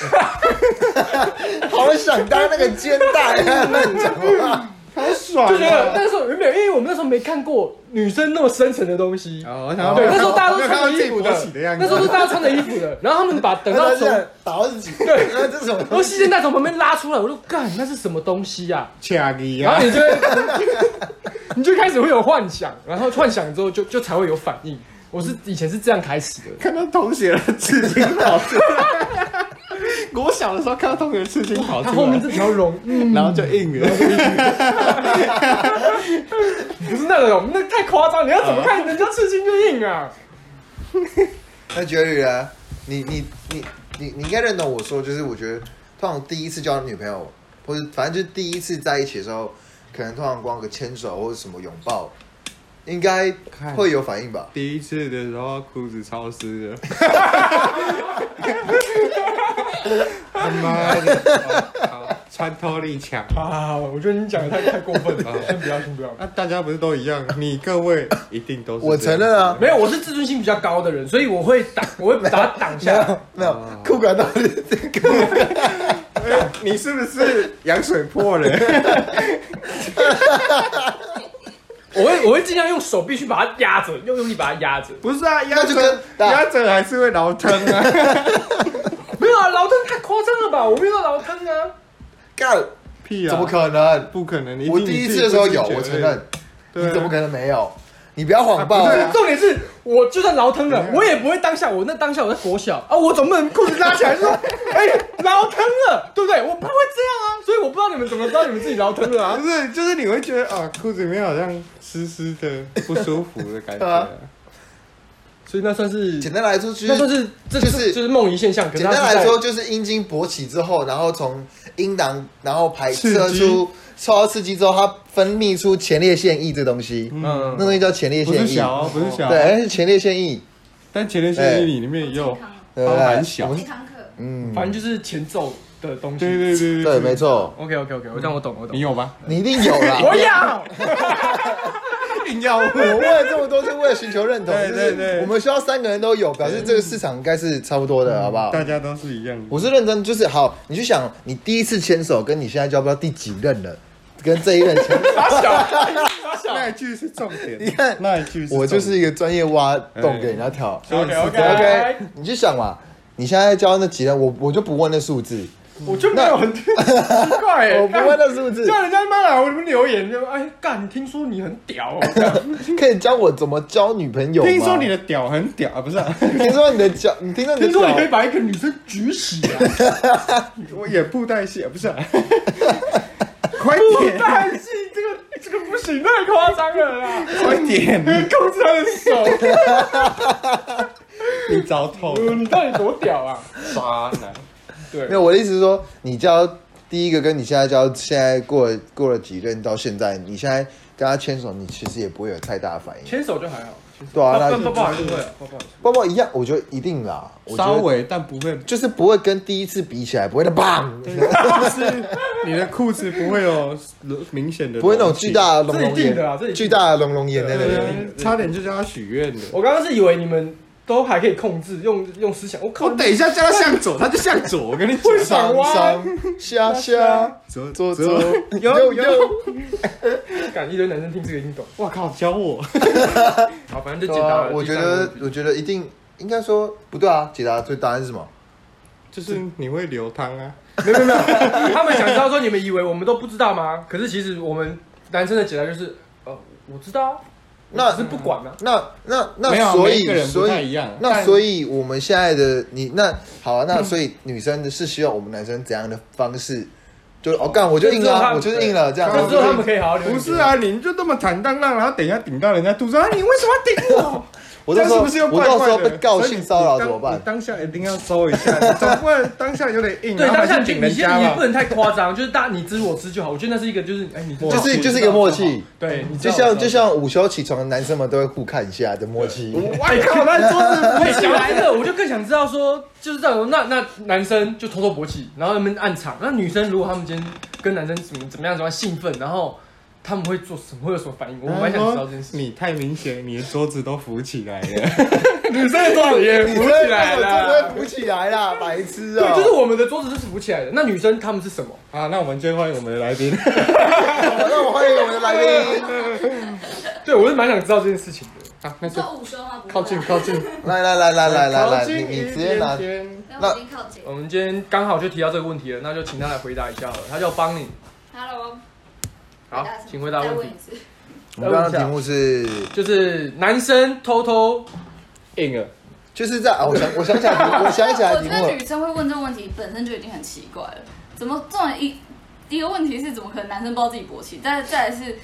S2: 好想当那个肩带啊！ 乱讲话，
S1: 好爽
S3: 就觉得
S1: 啊！
S3: 那时候没有，因为我们那时候没看过女生那么深层的东西。
S1: 哦，我想要
S3: 对，那时候大家都
S1: 我没有看到
S3: 穿着
S1: 自
S3: 衣
S1: 己
S3: 服
S1: 勃起
S3: 的，
S1: 的样子，
S3: 那时候都大家穿着衣服的，然后他们把等到
S2: 那
S3: 从
S2: 是打到自己，对，那这种
S3: 然后细肩带从旁边拉出来，我就干，那是什么东西呀、
S1: 掐你
S3: 然
S1: 啊
S3: 后！你就 会，你就开始会有幻想，然后幻想之后就就才会有反应。我是以前是这样开始的，
S1: 看到同学的刺青跑出来，我小的时候看到同学的刺青跑出
S3: 他
S1: 来，
S3: 后面这条龙，嗯，
S1: 然后就硬了。
S2: 嗯
S3: 嗯不是那种，那太夸张，你要怎么看人家刺青就硬 啊？
S2: 那 Jerry 啊，你你你你你应该认同我说，就是我觉得通常第一次交女朋友，或者反正就是第一次在一起的时候，可能通常光个牵手或者什么拥抱，应该
S1: 看
S2: 会有反应 吧？
S1: 第一次的时候裤子潮湿 的，他妈的，好好穿透力强。
S3: 啊，我觉得你讲的太太过分 了，先不要，先不要。
S1: 啊，大家不是都一样？你各位一定都是。
S2: 我承认啊，
S3: 没有，我是自尊心比较高的人，所以我会挡，我会把它挡下 来。
S2: 没有，
S1: 哦
S2: 酷感到底这个，
S1: 哎，你是不是羊水破了？
S3: 我会，我会尽量用手臂去把它压着，用用力把它压着。
S1: 不是啊，
S2: 那
S1: 压
S2: 就跟
S1: 着压着还是会挠疼啊。
S3: 没有啊，老汤太夸张了吧？我没有到老汤啊。
S2: 干，
S1: 屁啊！
S2: 怎么？可能？
S1: 不可能！
S2: 我
S1: 定
S2: 第一
S1: 自己
S2: 次的时候有，
S1: 不自觉
S2: 我承
S1: 而已
S2: 认。，
S1: 对啊
S2: 你怎么可能没有？你不要谎报
S1: 啊不
S2: 啊
S1: 对！
S3: 重点是，我就算劳疼了
S1: 对啊，
S3: 我也不会当下，我那当下我在国小啊，我总不能裤子拉起来说，哎、劳疼了，对不对？我不会这样啊，所以我不知道你们怎么知道你们自己劳疼了啊。
S1: 不是，就是你会觉得啊，裤子里面好像湿湿的、不舒服的感觉。
S2: 对啊
S3: 所以那算是，
S2: 简单来说，就
S3: 那算
S2: 是
S3: 是这
S2: 就
S3: 就是是就是梦遗现象。可是
S2: 简
S3: 它是
S2: 单来
S3: 在
S2: 说，，就是阴茎勃起之后，然后从阴囊，然后排
S1: 刺激
S2: 射出受到刺激之后，它分泌出前列腺液这东西，那
S3: 嗯，
S2: 东西叫前列
S1: 不
S2: 腺
S1: 是
S2: 液，
S1: 小哦，不是小哦，
S2: 对，哎是前列腺液，
S1: 但前列腺液里面也有
S4: 健，康
S2: 对不
S1: 包含
S2: 对？
S1: 哦小
S2: 我们
S4: 健康课，
S2: 嗯，
S3: 反正就是前奏的东西。
S1: 对对对
S2: 对，没。错，
S3: OK OK OK，我这样我懂我懂。
S1: 你有 吗？
S2: 你一定有啦。
S3: 我要，
S1: 硬要
S2: 我问了这么多，是为了寻求认同，
S1: 对
S2: 就
S1: 对对
S2: 是我们需要三个人都有，表示这个市场应该是差不多的，好不好？
S1: 大家都是一样的。
S2: 我是认真，就是好，你去想，你第一次牵手跟你现在就不知道第几任了，跟这一任牵 手，
S3: 傻小，傻小。
S1: 那一句是重点，
S2: 你看
S1: 那一句是重点，
S2: 我就是一个专业挖洞
S1: 哎
S2: 给人家跳。
S1: OK，OK
S2: OK，你去想嘛，你现在交那几任，我我就不问那数字，
S3: 我就没有很奇怪欸，
S2: 我不问那 数字，
S3: 叫人家妈来我们留言就哎干，听说你很屌哦，这样
S2: 可以教我怎么交女朋友吗？
S1: 听说你的屌很屌啊，不是啊？
S2: 听说你的交，你听说你的
S3: 听说你可以
S2: 脚，
S3: 把一个女生举起啊，
S1: 我也布袋戏啊，不是 啊？快点，
S3: 但是这个这个不行，太夸张了啦，
S1: 快点，
S3: 控制他的手，
S1: 你糟透了，
S3: 你到底多屌啊？
S1: 渣男。
S3: 对
S2: 没，有我的意思是说，你交第一个跟你现在交，现在过了过了几任到现在，你现在跟他牵手，你其实也不会有太大的反应，
S3: 牵手就还好，牵手
S2: 对啊，那
S3: 不不不好意
S2: 就
S3: 思，不好意思不好意思，
S2: 包包一样，我觉得一定啦，我觉
S1: 稍
S2: 得
S1: 微，但不会，
S2: 就是不会跟第一次比起来，不会那棒，
S1: 就是你的裤子不会有明显的，
S2: 不会那种巨。大的隆
S3: 这一
S2: 隆
S3: 定的啊
S2: 眼，
S3: 这一定的
S2: 巨大的隆隆眼在那
S1: 对
S2: 边。
S1: 啊，差点就叫他许愿了。
S3: 我刚刚是以为你们都还可以控制，用用思想，我靠，
S1: 我等一下叫他向左，他就向左。我跟你
S3: 会
S1: 讲，
S3: 转弯，
S2: 下下
S1: 左
S2: 左左
S1: 右右。
S2: 右右，
S3: 感一堆男生听这个一定懂，
S1: 我靠，教我！
S3: 好，反正就
S2: 对
S3: 简单
S2: 啊
S3: 了，
S2: 我觉
S3: 就这样
S2: 得我觉得一定应该说不对啊，解答最答案是什么？
S1: 就是你会流汤啊。
S3: 他们想知道说你们以为我们都不知道吗？可是其实我们男生的解答就是，呃，我知道啊，
S2: 那
S3: 我只是不管啊。
S2: 那那
S1: 没有
S2: 那
S1: 啊
S2: 所
S1: 每一个
S2: 以
S1: 人
S2: 所
S1: 不太
S2: 以
S1: 一样
S2: 那
S1: 但
S2: 所以我们现在的你那好啊，那所以女生的是希望我们男生怎样的方式？就哦干，我就
S3: 就
S2: 硬
S3: 知道他
S2: 了，
S3: 们
S2: 我就是硬了，这样。
S3: 那
S1: 就
S3: 之
S1: 知
S3: 后
S1: 道
S3: 他们可以好好留。
S1: 不是，啊，你就这么坦荡荡，然后等一下顶到人家肚子啊，你为什么要顶我？
S2: 我
S1: 这
S2: 到
S1: 样
S2: 时候
S1: 是不是又
S2: 我
S1: 怪
S2: 到时
S1: 怪
S2: 候
S1: 的
S2: 被告性骚扰怎么
S1: 所以你
S2: 办
S1: 你？当你当下一定要收一下，你总不能当下有点硬，
S3: 对，
S1: 然后
S3: 当
S1: 还
S3: 下
S1: 去顶
S3: 你你
S1: 人
S3: 先
S1: 家
S3: 你
S1: 嘛
S3: 不。能太夸张，就是大家你知我知就好。我觉得那是一个就是，哎，你
S2: 就是
S3: 我
S2: 就是一个默契，
S3: 对，
S1: 嗯
S3: 你知
S2: 就
S3: 道
S2: 像
S3: 我知
S2: 就
S3: 道
S2: 像午休起床，的男生们都会互看一下的默契。
S1: 哇靠，那桌子
S3: 哎，讲到 这个，我就更想知道说，就是这样，那那男生就偷偷勃起，然后他们暗藏；那女生如果他们今天跟男生怎么怎么样怎么样兴奋，然后他们会做什么，会有什么反应？ 我蛮想知道这件事。
S1: 你太明显，你的桌子都浮起来了，女生的桌子也浮起来
S2: 就
S1: 了
S2: 不。会浮起来啦，白痴
S3: 对，
S2: 啊！
S3: 就是我们的桌子就是浮起来的。那女生她们是什么？
S1: 好，那我们就欢迎我们的来宾。
S2: 好让我欢迎我们的来宾，
S3: 对，我是蛮想知道这件事情的。
S1: 好，那
S4: 你
S1: 就
S4: 说午休吗？不会啊
S1: 靠近，靠近，
S2: 来来来来来来来，
S1: 靠
S2: 你
S1: 近
S2: 你
S1: 一
S2: 直接拿
S1: 点，点
S4: 但我已经靠近
S3: 我。们今天刚好就提到这个问题了，那就请她来回答一下好了。她叫邦宁，
S4: Hello，
S3: 好，请回答
S4: 再
S3: 问
S4: 问
S3: 题
S4: 一。次。
S2: 我们刚刚的题目是，
S3: 就是男生偷偷硬了，
S2: 就是在啊，我想我想起来题目，我想起来
S4: 我
S2: 题
S4: 觉
S2: 目
S4: 得
S2: 了，
S4: 女生会问这个问题本身就已经很奇怪了，怎么这么一第一个问题是怎么可能男生不知道自己勃起？再再来是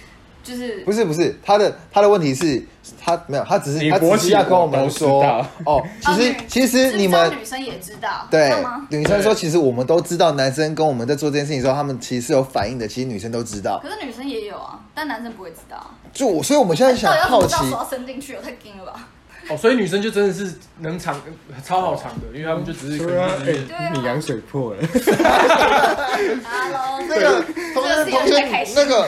S4: 就是
S2: 不是不是，他的他的问题是，他没有，他只是
S1: 你
S2: 他只
S1: 勃
S2: 是
S1: 起
S2: 要跟我
S1: 我
S2: 们
S1: 都知
S2: 说
S1: 道，
S2: 哦，其实
S4: 哦女
S2: 其
S4: 是不
S2: 实
S4: 是
S2: 你
S4: 知道
S2: 们
S4: 女生也知道，
S2: 对
S4: 这样吗？
S2: 女生说，其实我们都知道，男生跟我们在做这件事情的时候，他们其实是有反应的，其实女生都知道，
S4: 可是女生也有啊，但男生不会知道啊。
S2: 就我所以我们现在想
S4: 哎到底要怎
S2: 好奇
S4: 么知道，手要伸进去？我太硬了吧？
S3: 哦，所以女生就真的是能藏，超好藏的，因为他们就只是可
S1: 对
S2: 哦
S1: 啊
S3: 能，就是
S1: 哎，你羊水破了，
S4: Hello，
S2: 那个同
S4: 这
S2: 学
S4: 个是有
S2: 同
S4: 人
S2: 学
S4: 在开心
S2: 那个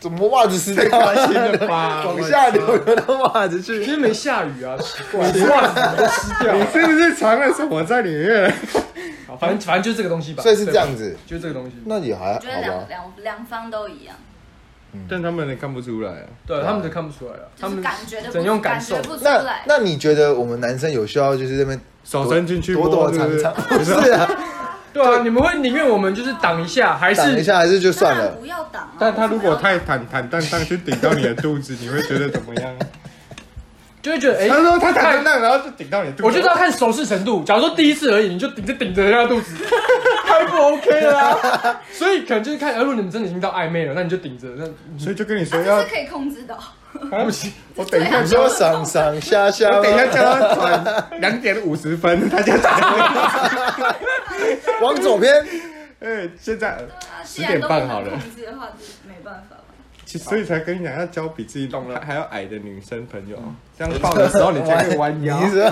S2: 怎么袜子湿掉了？
S1: 开心了吧？
S2: 往 下流流到袜子去
S3: 其。实没下雨啊，奇怪，袜子
S2: 啊
S3: 都湿掉
S1: 你
S3: 了。
S1: 是不是藏了什么在里面？
S3: 好反正反正就是这个东西
S1: 啊
S3: 吧。
S2: 所以是这样子，
S3: 对，就是这个东西。
S2: 那也还
S4: 我觉得
S2: 好
S4: 两
S2: 吧？
S4: 两两方都一样，
S1: 但他们也看不出来啊。
S3: 对，他们都看不出来了，他
S4: 就是
S3: 们
S4: 感觉
S3: 只
S4: 的
S3: 能
S4: 不
S3: 用
S4: 感
S3: 感受
S4: 觉。不出
S2: 那
S4: 来。
S2: 那你觉得我们男生有需要就是这边
S1: 手伸进去
S2: 躲
S1: 摸
S2: 躲
S1: 是不
S2: 藏
S1: 是
S2: 藏？不 是啊，
S3: 对啊，你们会宁愿我们就是挡一下，还
S2: 挡一
S3: 是
S2: 下还是就算
S4: 当然
S2: 了？
S4: 不要挡啊。
S1: 但他如果
S4: 为
S1: 太坦坦荡荡去顶到你的肚子，你会觉得怎么 样？
S3: 就会觉得哎？
S1: 他说他坦荡荡，然后就顶到你的肚子。
S3: 我觉得要看熟视程度。假如说第一次而已，你就顶着顶着人家肚子， 太不 OK 了啊。 所以可能就是看，呃如果你们真的已经到暧昧了，那你就顶着，那
S1: 所以就跟你说
S4: 什么要
S1: 要
S4: 啊这是，可以控制的啊哦。
S3: 对不起，
S1: 我等一下
S2: 你说上上下下
S1: 我
S2: 吗，
S1: 等一下叫他转两点五十分，他就 转。
S2: 往左边，
S1: 哎，现在
S4: 对啊
S1: 10点半好了
S4: 既然都不能控制的话，就没办法嘛。
S1: 其所以才跟你讲要交比自己
S3: 懂了
S1: 还还要矮的女生朋友，这样抱的时候你才会弯
S2: 嗯 你
S1: 腰，
S2: 是说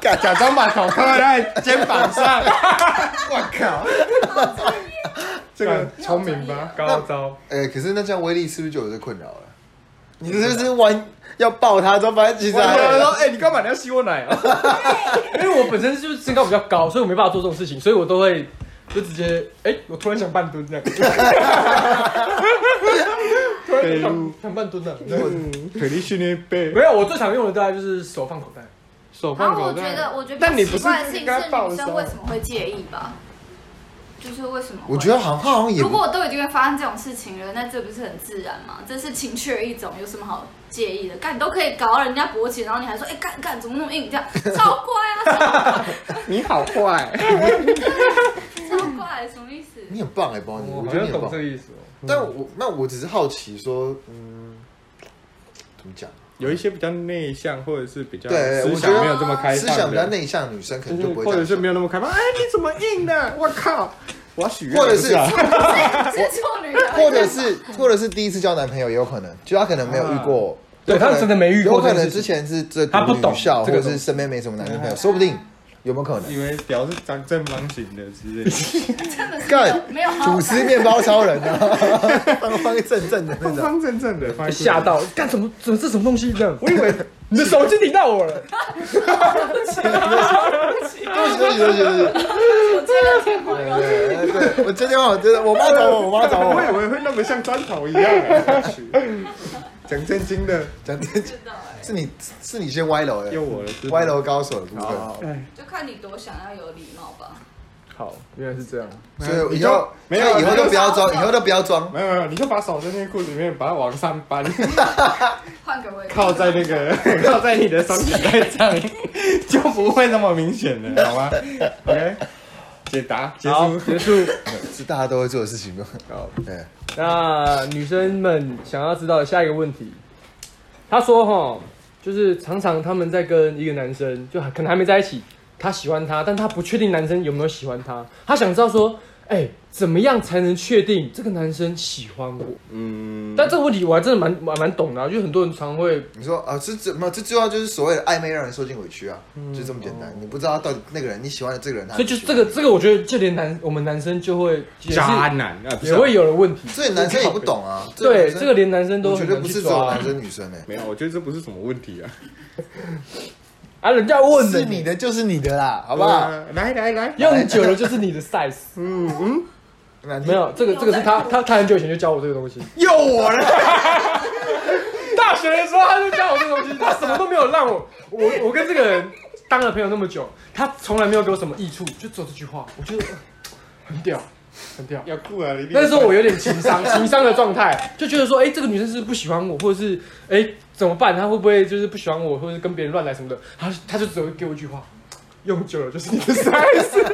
S1: 假假装把手放在她的肩膀 上。我靠，这个聪明吧？
S3: 高招。
S2: 哎，可是那这样威力是不是就有这困扰了？你是不是弯要抱他之后，发现其实还
S3: 他说：“哎、你干嘛？你要吸我奶啊？”因为我本身就是身高比较高，所以我没办法做这种事情，所以我都会就直接哎、我突然想半蹲这样， 突然想想半蹲的、
S1: 嗯，腿力训练背
S3: 没，有，我最常用的大概就是手放口袋。
S1: 手
S4: 然
S1: 放
S4: 后
S1: 口
S4: 我觉
S1: 袋。
S4: 得，我觉得
S1: 但你
S4: 比
S1: 不
S4: 较
S1: 是
S4: 奇怪的事情
S1: 应该
S4: 是
S1: 抱的时
S4: 女生
S1: 候
S4: 为什么会介意吧？就是为什么？
S2: 我觉得。好像好像也
S4: 如
S2: 不
S4: 果都已经会发生这种事情了，那这不是很自然吗？这是情趣的一种，有什么好介意的？干，你都可以搞到人家勃起，然后你还说，哎、干干怎么那么硬？这样超怪啊，
S1: 你好坏，
S4: 超超怪，什么意思？
S2: 你很棒哎，包你，
S3: 我
S2: 我
S3: 好
S2: 觉得
S3: 像
S2: 你很
S3: 懂
S2: 棒
S3: 这。个意思哦。
S2: 但我那我只是好奇说，嗯，怎么讲？
S1: 有一些比较内向，或者是比较
S2: 对
S1: 思
S2: 我觉
S1: 想
S2: 得
S1: 没有这么开
S2: 思想
S1: 放
S2: 比较
S1: 的，
S2: 内向的女生可
S1: 就
S2: 能
S1: 是
S2: 就不会
S1: 或
S2: 这
S1: 者
S2: 样
S1: 是
S2: 想，
S1: 没有那么开放。哎，你怎么硬的？我靠！我要许愿，
S2: 或者是
S1: 不啊
S4: 是处女的，
S2: 或者是或者是第一次交男朋友也有可能，就她可能没有遇过，
S3: 啊对
S2: 有可能
S3: 她真的没遇过
S2: 有可
S3: 这
S2: 能
S3: 件事
S2: 之
S3: 情
S2: 前是这
S3: 她不懂
S2: 女校，
S3: 这
S2: 或
S3: 个
S2: 者
S3: 东西
S2: 是身边没什么男女朋友，说不定有没有可能？
S1: 以为屌是长正方形的之 类的。
S4: 真的是
S2: 干
S4: 没有好
S2: 吐司面包超人啊，方方正正的那
S1: 方
S2: 种。
S1: 方正正的，放在柜
S3: 吓
S1: 子里。
S3: 到，干什么？怎么这什么东西这样？我以为你的手机顶到我了。
S2: 对不起，对不起，对不起。
S4: 我真的听过有
S2: 对对对，我接电话，我接电话我妈找我，我妈找
S1: 我以
S2: 我。
S1: 为会弄得像砖头一样。哎
S2: 讲真经的，讲真经，
S4: 知道哎、
S2: 是你是你先歪楼的，
S1: 又我了是
S2: 歪楼高手的部
S3: 好好
S2: 分。
S3: 好，
S4: 就看你多想要有礼貌吧。
S3: 好， 原来是这样。
S2: 所以
S1: 你
S2: 以
S1: 就
S2: 后
S1: 没有
S2: 以后
S1: 没有
S2: 都不要装，
S4: 没有
S2: 以后都不要装。
S1: 没有没有，你就把手伸进裤子里面，把它往上搬，
S4: 换个位置，
S1: 靠在那个 靠在你的双膝盖上，就不会那么明显了，好吗？OK，解答结
S3: 好，
S1: 束。
S3: 结束。
S2: 是大家都会做的事情吗？
S3: 好，
S2: 对，
S3: 那女生们想要知道的下一个问题，她说哈，就是常常他们在跟一个男生，就可能还没在一起，她喜欢他，但她不确定男生有没有喜欢她，她想知道说，哎、怎么样才能确定这个男生喜欢我？
S1: 嗯，
S3: 但这个问题我还真的蛮蛮蛮懂的、啊，就很多人常会
S2: 你说啊，这这没有，这最重要就是所谓的暧昧让人受尽委屈啊，就这么简单。你不知道到底那个人你喜欢的这个人，他
S3: 所以就是嗯哦这个这个，我觉得就连男我们男生就会也是
S1: 渣男啊，不是
S3: 也
S1: 啊
S3: 会有了问题。
S2: 所以男生也不懂啊。
S3: 对，
S2: 男
S3: 这个连男生
S2: 生
S3: 都
S2: 我觉
S3: 很
S2: 得
S3: 难
S2: 不
S3: 去
S2: 是只有
S3: 抓
S2: 男生女生呢，
S1: 没有，我觉得这不是什么问题啊，
S3: 啊，人家问了
S2: 是你的就是你的啦，好
S1: 好
S2: 不好？？
S1: 来来来，
S3: 用久了就是你的 size。
S1: 嗯嗯，
S2: 那
S3: 没有，这个这个是他他他很久以前就教我这个东西。
S1: 又我了，
S3: 大学的时候他就教我这个东西，他什么都没有让我，我我跟这个人当了朋友那么久，他从来没有给我什么益处，就只有这句话，我觉得呃很屌，很屌。
S1: 要哭啊！
S3: 那时候我有点情商，情商的状态，就觉得说，哎、这个女生是不是不喜欢我，或者是，哎、怎么办？她会不会就是不喜欢我，或者是跟别人乱来什么的？她她就只会给我一句话，用久了就是你的 size。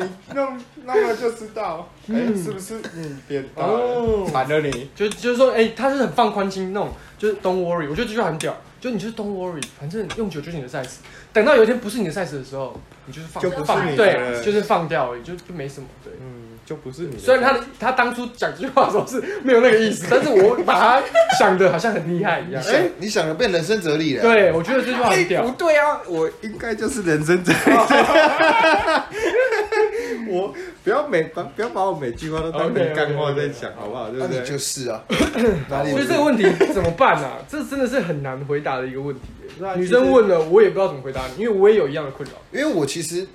S1: 你弄弄了就知道，哎，是不是你变大了？
S3: 哦
S1: 惨了你，
S3: 就就是说，哎、他是很放宽心那种，就是 don't worry，我觉得这句话很屌，就你就是 don't worry，反正用久就是你的 size，等到有一天不是你的 size 的时候，你就是放
S1: 就不
S4: 是你的
S1: 了
S3: 对，就是放掉而已，就就没什么对。
S1: 嗯，就不是你的。
S3: 虽然他他当初讲这句话的时候是没有那个意思，但是我把他想的好像很厉害一 样
S2: 你。
S3: 哎、
S2: 想你想的变人生哲理了。
S3: 对，我觉得这句话很
S1: 哎
S3: 屌
S1: 不。对啊，我应该就是人生这
S2: 哦
S1: 我不要每把不要把我每句话都当成
S3: OK，OK，OK，
S1: 干话在讲，好不好？对
S2: 哦那
S1: 不
S2: 你就
S1: 对？
S2: 是 啊，哪里
S3: 所
S2: 有
S3: 以这个问题怎么办啊？这真的是很难回答的一个问题
S1: 是啊。
S3: 女
S1: 其
S3: 生
S1: 实
S3: 问了，我也不知道怎么回答你，因为我也有一样的困扰。
S2: 因为我其实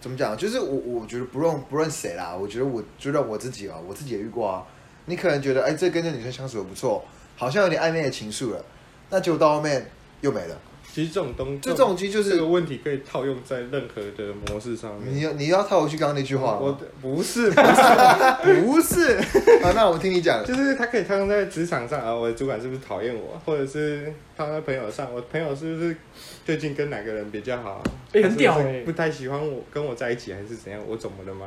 S2: 怎么讲，啊就是我我觉得不论不论谁啦，我觉得我觉得我自己啊，我自己也遇过啊。你可能觉得哎、这跟这女生相处的不错，好像有点暧昧的情愫了，那结果到后面又没了。
S1: 其实这种东，
S2: 就这种机就是
S1: 这个问题可以套用在任何的模式上
S2: 你
S1: 面。
S2: 要你要套回去刚刚那句话
S1: 我
S2: 吗
S1: 不是 不是不 是，
S2: 啊，那我听你讲，
S1: 就是他可以套用在职场上啊，我的主管是不是讨厌我，或者是套用在朋友上，我朋友是不是最近跟哪个人比较好啊？
S3: 哎很屌
S1: 他是不是
S2: 欸
S3: 哎
S1: 不太喜欢我，跟我在一起还是怎样？我怎么了吗？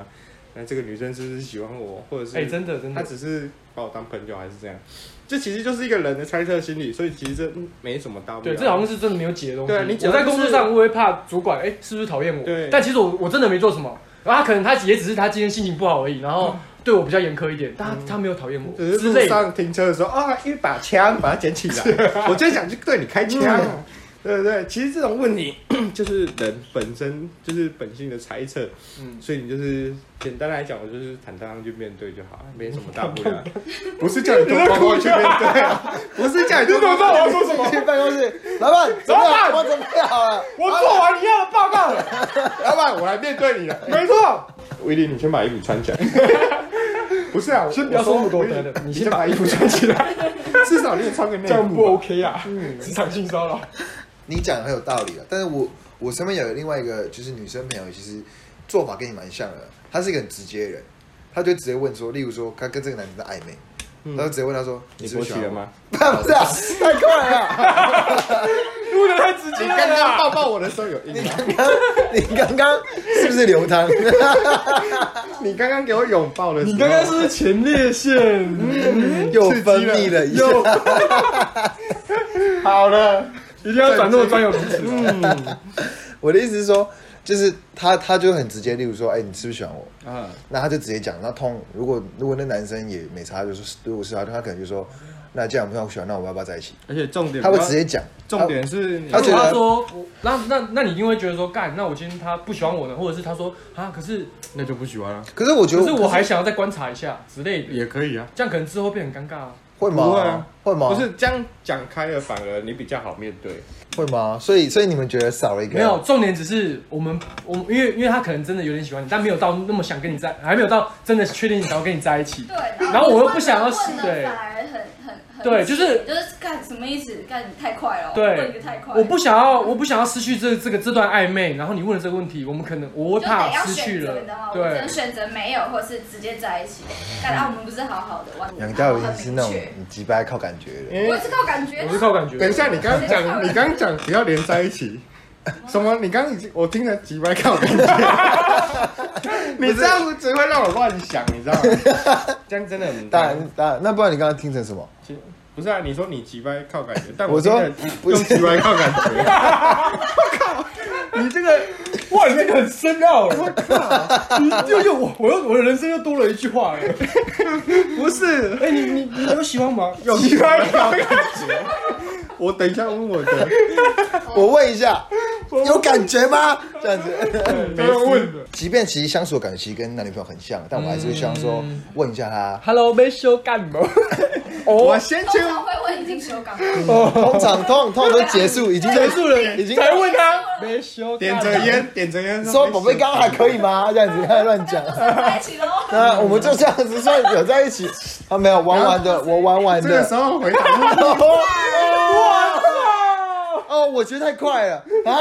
S1: 那这个女生是不是喜欢我，或者是
S3: 哎、真的真
S1: 他
S3: 的，
S1: 只是把我当朋友还是这样？这其实就是一个人的猜测心理，所以其实这嗯没什么大不了。
S3: 对，这好像是真的没有解的东西。
S1: 对啊你
S3: 我
S1: 讲
S3: 在
S1: 的
S3: 工作
S1: 是
S3: 上，我会怕主管，哎、是不是讨厌我？
S1: 对
S3: 但其实我我真的没做什么，然后他可能他也只是他今天心情不好而已，然后对我比较严苛一点，但他、他没有讨厌我
S1: 嗯只是
S3: 之
S1: 路
S3: 类的。
S1: 上停车的时候啊，一把枪把它捡起 来，我就想去对你开枪，啊
S2: 嗯
S1: 对不对？其实这种问题 就是人本身就是本性的猜测，
S3: 嗯，
S1: 所以你就是简单来讲，我就是坦荡荡去面对就好，没什么大不 了。不是叫你多包包去面对啊，不是叫你多包包。
S3: 我要说什么？
S2: 去办公室，老板，怎么样？啊我准备好了，
S3: 我做完你要的报 告了。
S1: 老板，我来面对 你了。
S3: 没错，
S1: 威力，你先把衣服穿起 来。不是啊，
S3: 先不要说那么多
S1: 我
S3: 得了
S1: 你
S3: 你
S1: 先
S3: 先
S1: 把衣服穿起来， 至少你也穿个内
S3: 这样
S1: 裤
S3: 不
S1: 吧。
S3: OK 啊？
S1: 嗯
S3: 职场性骚扰。
S2: 你讲得很有道理啊。但是我我身边有另外一个就是女生朋友，其实做法跟你蛮像的，她是一个很直接的人，她就直接问说，例如说她跟这个男生在暧昧，她就直接问他说，
S1: 你
S2: 是不
S1: 勃
S2: 是喜
S1: 起
S2: 欢
S1: 了
S2: 我？
S1: 吗？
S2: 不是啊，太快了！
S3: 录的太直接
S1: 你刚
S3: 了
S1: 刚
S3: 啦。
S1: 抱抱我的时候有硬吗？
S2: 你刚 刚是不是流汤？
S1: 你刚刚给我拥抱的时候，
S3: 你刚刚是不是前 列腺？
S2: 又分泌了一下，
S3: 又
S1: 好了，
S3: 一定要转那么专有名词吗。
S2: 我的意思是说，就是他他就很直接，例如说，哎、你是不是喜欢我？
S1: 啊，
S2: 那他就直接讲，那通如果如果那男生也没差，就是如果是他，他可能就说，那既然不让我喜欢，那我们要不要在一起？
S1: 而且重点
S2: 他会直接讲，
S1: 重点是你
S2: 他
S3: 而
S2: 觉
S3: 且
S2: 得
S3: 他说，我那那那你一定会觉得说，干，那我今天他不喜欢我呢，或者是他说啊，可是
S1: 那就不喜欢了，
S2: 他。可是我觉
S3: 可
S2: 得，
S3: 是我还想要再观察一下之类的，
S1: 也可以啊。
S3: 这样可能之后变很尴尬啊。
S2: 会吗？
S1: 不会啊
S2: 会吗？
S1: 不是这样讲开了，反而你比较好面对。
S2: 会吗？所以所以你们觉得少了一个
S3: 没有，重点只是我们我们因为因为他可能真的有点喜欢你，但没有到那么想跟你在，还没有到真的确定想要跟你在一起。
S4: 对，
S3: 然后我又不想要
S4: 问了
S3: 对
S4: 反而很很很
S3: 对就是
S4: 急就是干什么意思？干你太快了哦，
S3: 对
S4: 问一个太快，
S3: 我不想要，我不想要失去这这个这段暧昧。然后你问了这个问题，我们可能我
S4: 就得
S3: 怕
S4: 要
S3: 失去
S4: 选择，你知道吗？
S3: 了，
S4: 我只
S3: 对
S4: 能，选择没有，或是直接在一起。干啊，我们不是好好的玩，
S2: 杨
S4: 然
S2: 嘉
S4: 后
S2: 伟
S4: 很
S2: 是那种
S4: 明确
S2: 你鸡掰靠感觉的，
S1: 因
S4: 我
S1: 为
S4: 也是靠感觉
S3: 我是靠感觉。
S1: 等一下，你刚刚讲，你刚刚讲不要连在一 起，什么？你刚刚已经我听了几百靠感觉，你这样只会让我乱想，你知道吗？ 这样真的很
S2: 当然当然，那不然你刚刚听成什么？
S1: 其实不是啊，你说你几掰靠感觉，但
S2: 我说
S1: 听了
S2: 不
S1: 用
S2: 是
S1: 几掰靠感 觉，啊
S3: 你这个，哇，你这个很深奥哎！我靠，你又又我我又我的人生又多了一句话 哎！
S1: 不是
S3: 哎，你你你有喜欢吗？
S1: 用几掰靠感觉。我等一下问我 的，
S4: 哦
S2: 我问一下，有感觉吗？这样子，
S1: 不要问的。
S2: 即便其实相处的感觉其实跟男女朋友很像，但我还是会希望说
S1: 嗯
S2: 问一下他。
S3: Hello，没修干嘛？
S1: 我
S3: 哦，
S1: 先去
S4: 通，常会问已经修改了，
S2: 通常通通常都结束，已经
S3: 结 束了，
S2: 已经
S3: 才问他没修，
S1: 点着，烟，点着烟
S2: 说宝贝刚刚还可以吗？这样子开始乱讲
S4: 我。们在一起喽。
S2: 那我们就这样子算有在一起，啊没有玩玩的，我玩玩
S1: 这个
S2: 的
S1: 时。候回答是
S2: 哇
S3: 啊
S2: 哦，我觉得太快了啊！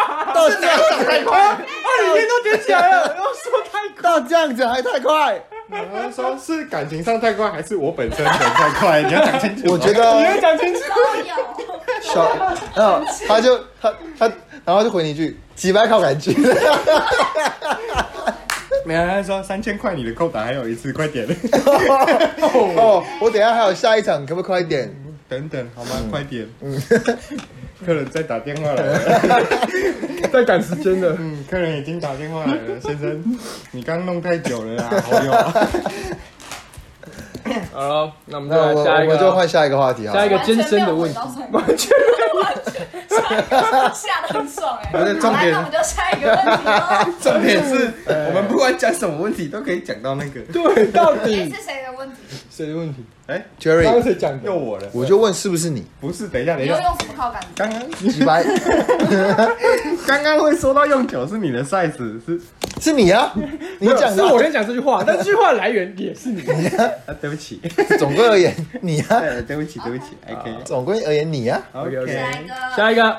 S2: 到这样子还快，
S3: 二零天都点起来了，然后说太 快。
S2: 到这样子还太快。
S1: 我们说是感情上太快，还是我本身人太快？你要讲清楚。
S2: 我觉
S3: 你
S2: 得
S3: 要讲清楚，
S4: 都 有，
S2: 小，啊，他就他他，然后就回你一句几百靠感觉。
S1: 没有，他说三千块你的扣打还有一次，快点，
S2: 哦，我等一下还有下一场，可不可以快一点？
S1: 等等好吗？快点， 客人在打电话来了，
S3: 在赶时间的。
S1: 嗯，客人已经打电话来了，先生， 你刚弄太久了 啦，好友啊，
S3: 好了，那我们就
S2: 那
S3: 来
S2: 我
S3: 下一
S2: 我
S3: 个，
S2: 就换下一个话题好了
S3: 下一个艰深的问题
S4: 完全完全吓得很爽哎！
S1: 不是重
S4: 好
S1: 点
S4: 那我们就下一个问题 喽。
S1: 重点是我们不管讲什么问题都可以讲到那个，
S3: 对，到
S4: 哎，
S3: 底
S4: 是谁的问题？
S3: 谁的问题？
S1: 哎，
S3: 刚刚
S2: ，Jerry，
S3: 谁讲
S1: 又
S3: 的？
S1: 我了，
S2: 我就问是不是你
S1: 不是，等一下，等
S4: 你
S1: 一
S4: 又
S1: 下，
S4: 用什么靠感觉？
S1: 刚刚
S2: 几百？
S1: 刚刚会说到用酒是你的 size 是
S2: 是你啊？你
S3: 没有
S2: 讲
S3: 是
S2: 的啊
S3: 我。先讲这句话，但这句话的来源也是你。
S1: 啊，对不 起，
S2: 总归而言，你啊，
S1: 对不起，对不起，OK，
S2: 总归而言你啊。
S1: OK，
S4: 下一个。
S3: 下一个，